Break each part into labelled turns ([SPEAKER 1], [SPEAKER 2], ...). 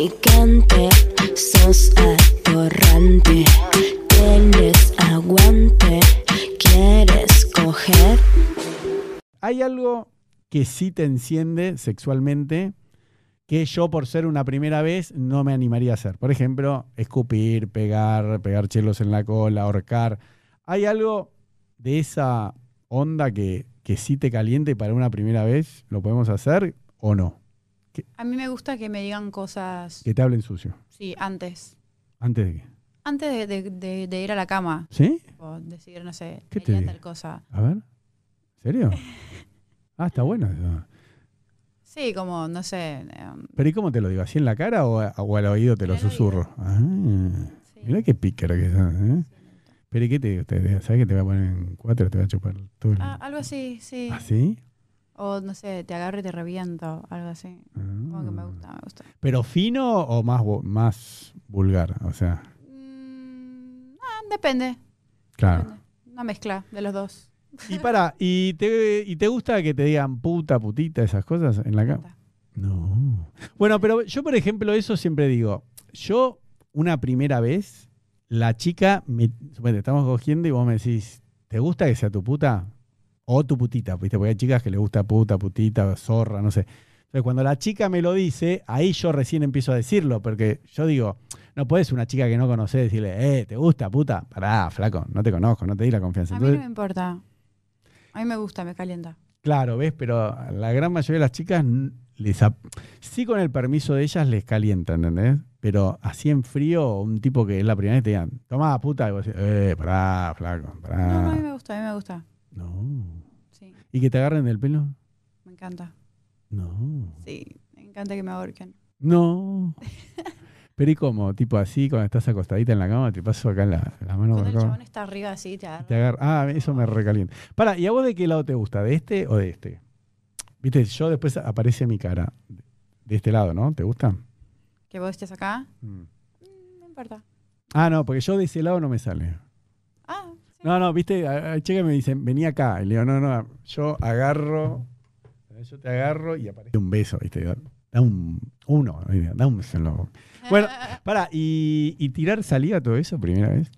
[SPEAKER 1] atorrante, sos atorrante. Tienes aguante, quieres coger.
[SPEAKER 2] Hay algo que sí te enciende sexualmente que yo por ser una primera vez no me animaría a hacer. Por ejemplo, escupir, pegar, pegar chelos en la cola, ahorcar. ¿Hay algo de esa onda que, que sí te caliente y para una primera vez? ¿Lo podemos hacer o no?
[SPEAKER 3] A mí me gusta que me digan cosas,
[SPEAKER 2] Que te hablen sucio.
[SPEAKER 3] sí, antes.
[SPEAKER 2] Antes de qué.
[SPEAKER 3] Antes de, de- de- de ir a la cama.
[SPEAKER 2] ¿Sí?
[SPEAKER 3] O decir, no sé,
[SPEAKER 2] ¿Qué
[SPEAKER 3] ¿Qué
[SPEAKER 2] te digo?
[SPEAKER 3] tal cosa.
[SPEAKER 2] A ver. ¿En serio? Ah, está bueno eso.
[SPEAKER 3] Sí, como, no sé. em,
[SPEAKER 2] ¿Pero y cómo te lo digo? ¿Así en la cara o, a- o al oído te lo
[SPEAKER 3] Al oído.
[SPEAKER 2] susurro? Ah,
[SPEAKER 3] sí.
[SPEAKER 2] mirá qué pícaro que sos, ¿eh? ¿Pero y qué te digo? ¿Te- ¿Sabes que te voy a poner en cuatro? ¿Te voy a chupar todo el...?
[SPEAKER 3] Ah, algo así, sí.
[SPEAKER 2] ¿Ah, sí?
[SPEAKER 3] O, no sé, te agarro y te reviento, algo así. Como que me
[SPEAKER 2] Ah.
[SPEAKER 3] gusta, me gusta.
[SPEAKER 2] ¿Pero fino o más, vu- más vulgar? O sea,
[SPEAKER 3] Mm, ah, depende,
[SPEAKER 2] claro.
[SPEAKER 3] depende. Una mezcla de los dos.
[SPEAKER 2] Y para, ¿y te, ¿y te gusta que te digan puta, putita, esas cosas en la cama?
[SPEAKER 3] Puta.
[SPEAKER 2] No. Bueno, pero yo, por ejemplo, eso siempre digo. Yo, una primera vez, la chica, me, suponete, estamos cogiendo y vos me decís, ¿te gusta que sea tu puta? O tu putita, ¿viste? Porque hay chicas que le gusta puta, putita, zorra, no sé. Entonces, cuando la chica me lo dice, ahí yo recién empiezo a decirlo, porque yo digo, no puedes una chica que no conoces decirle, eh, ¿te gusta, puta? Pará, flaco, no te conozco, no te di la confianza.
[SPEAKER 3] A mí
[SPEAKER 2] Entonces,
[SPEAKER 3] no me importa. A mí me gusta, me calienta.
[SPEAKER 2] Claro, ves, pero a la gran mayoría de las chicas n- les ap- sí con el permiso de ellas les calienta, ¿entendés? Pero así en frío, un tipo que es la primera vez te digan, tomá puta, y vos decís, eh, pará, flaco,
[SPEAKER 3] No, no, a mí
[SPEAKER 2] pará.
[SPEAKER 3] me gusta, a mí me gusta.
[SPEAKER 2] No.
[SPEAKER 3] Sí,
[SPEAKER 2] ¿Y que te agarren del pelo?
[SPEAKER 3] me encanta.
[SPEAKER 2] No.
[SPEAKER 3] Sí, me encanta que me ahorquen.
[SPEAKER 2] No. Pero ¿y cómo? Tipo así, cuando estás acostadita en la cama, te paso acá la, la mano
[SPEAKER 3] Cuando
[SPEAKER 2] por
[SPEAKER 3] el
[SPEAKER 2] acá.
[SPEAKER 3] chabón está arriba así, te
[SPEAKER 2] Y
[SPEAKER 3] agarra.
[SPEAKER 2] te agarra- Ah, eso me recalienta. Para, ¿y a vos de qué lado te gusta? ¿De este o de este? Viste, yo después aparece mi cara. De este lado, ¿no? ¿Te gusta?
[SPEAKER 3] Que vos estés acá, mm, no importa.
[SPEAKER 2] Ah, no, porque yo de ese lado no me sale.
[SPEAKER 3] Ah, sí.
[SPEAKER 2] No, no, viste, a- a- chica me dicen, vení acá. Y le digo, no, no, yo agarro, yo te agarro y aparece un beso, viste. Da, da un, uno, viste, da un beso en la boca. Bueno,
[SPEAKER 3] Ah,
[SPEAKER 2] para, ¿y, ¿y tirar saliva todo eso primera vez?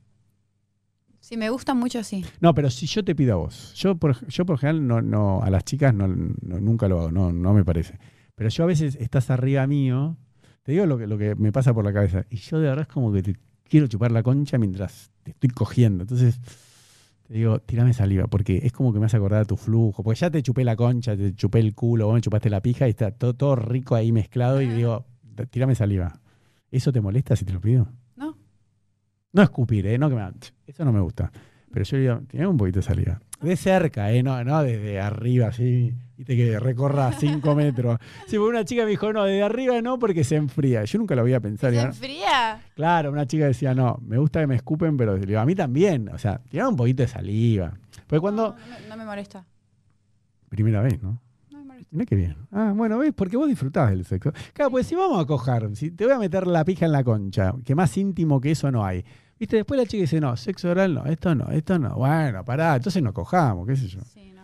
[SPEAKER 3] Si me gusta mucho, sí.
[SPEAKER 2] No, pero si yo te pido a vos, yo por, yo por general no, no, a las chicas no, no- nunca lo hago, no, no me parece. Pero yo a veces estás arriba mío, te digo lo que, lo que me pasa por la cabeza, y yo de verdad es como que te quiero chupar la concha mientras te estoy cogiendo. Entonces, te digo, tirame saliva, porque es como que me hace acordar a tu flujo, porque ya te chupé la concha, te chupé el culo, vos me chupaste la pija y está todo, todo rico ahí mezclado y digo, tirame saliva. ¿Eso te molesta si te lo pido?
[SPEAKER 3] No.
[SPEAKER 2] No escupir, ¿eh? No que me- Eso no me gusta. Pero yo le digo, tiene un poquito de salida. De cerca, ¿eh? No, no desde arriba, así. Viste que recorra 5 metros. Sí, porque una chica me dijo, no, desde arriba no, porque se enfría. Yo nunca lo voy a pensar.
[SPEAKER 3] ¿Se
[SPEAKER 2] digo, ¿no?
[SPEAKER 3] enfría?
[SPEAKER 2] Claro, una chica decía, no, me gusta que me escupen, pero le digo, a mí también. O sea, tiene un poquito de saliva. Porque cuando.
[SPEAKER 3] No, no me- no me molesta.
[SPEAKER 2] Primera vez, ¿no?
[SPEAKER 3] No me molesta.
[SPEAKER 2] Mirá qué bien. Ah, bueno, ¿ves? Porque vos disfrutás del sexo. Claro, pues si vamos a cojar, si te voy a meter la pija en la concha, que más íntimo que eso no hay. Viste, después la chica dice, no, sexo oral no, esto no, esto no. Bueno, pará, entonces no cojamos, qué sé yo.
[SPEAKER 3] Sí,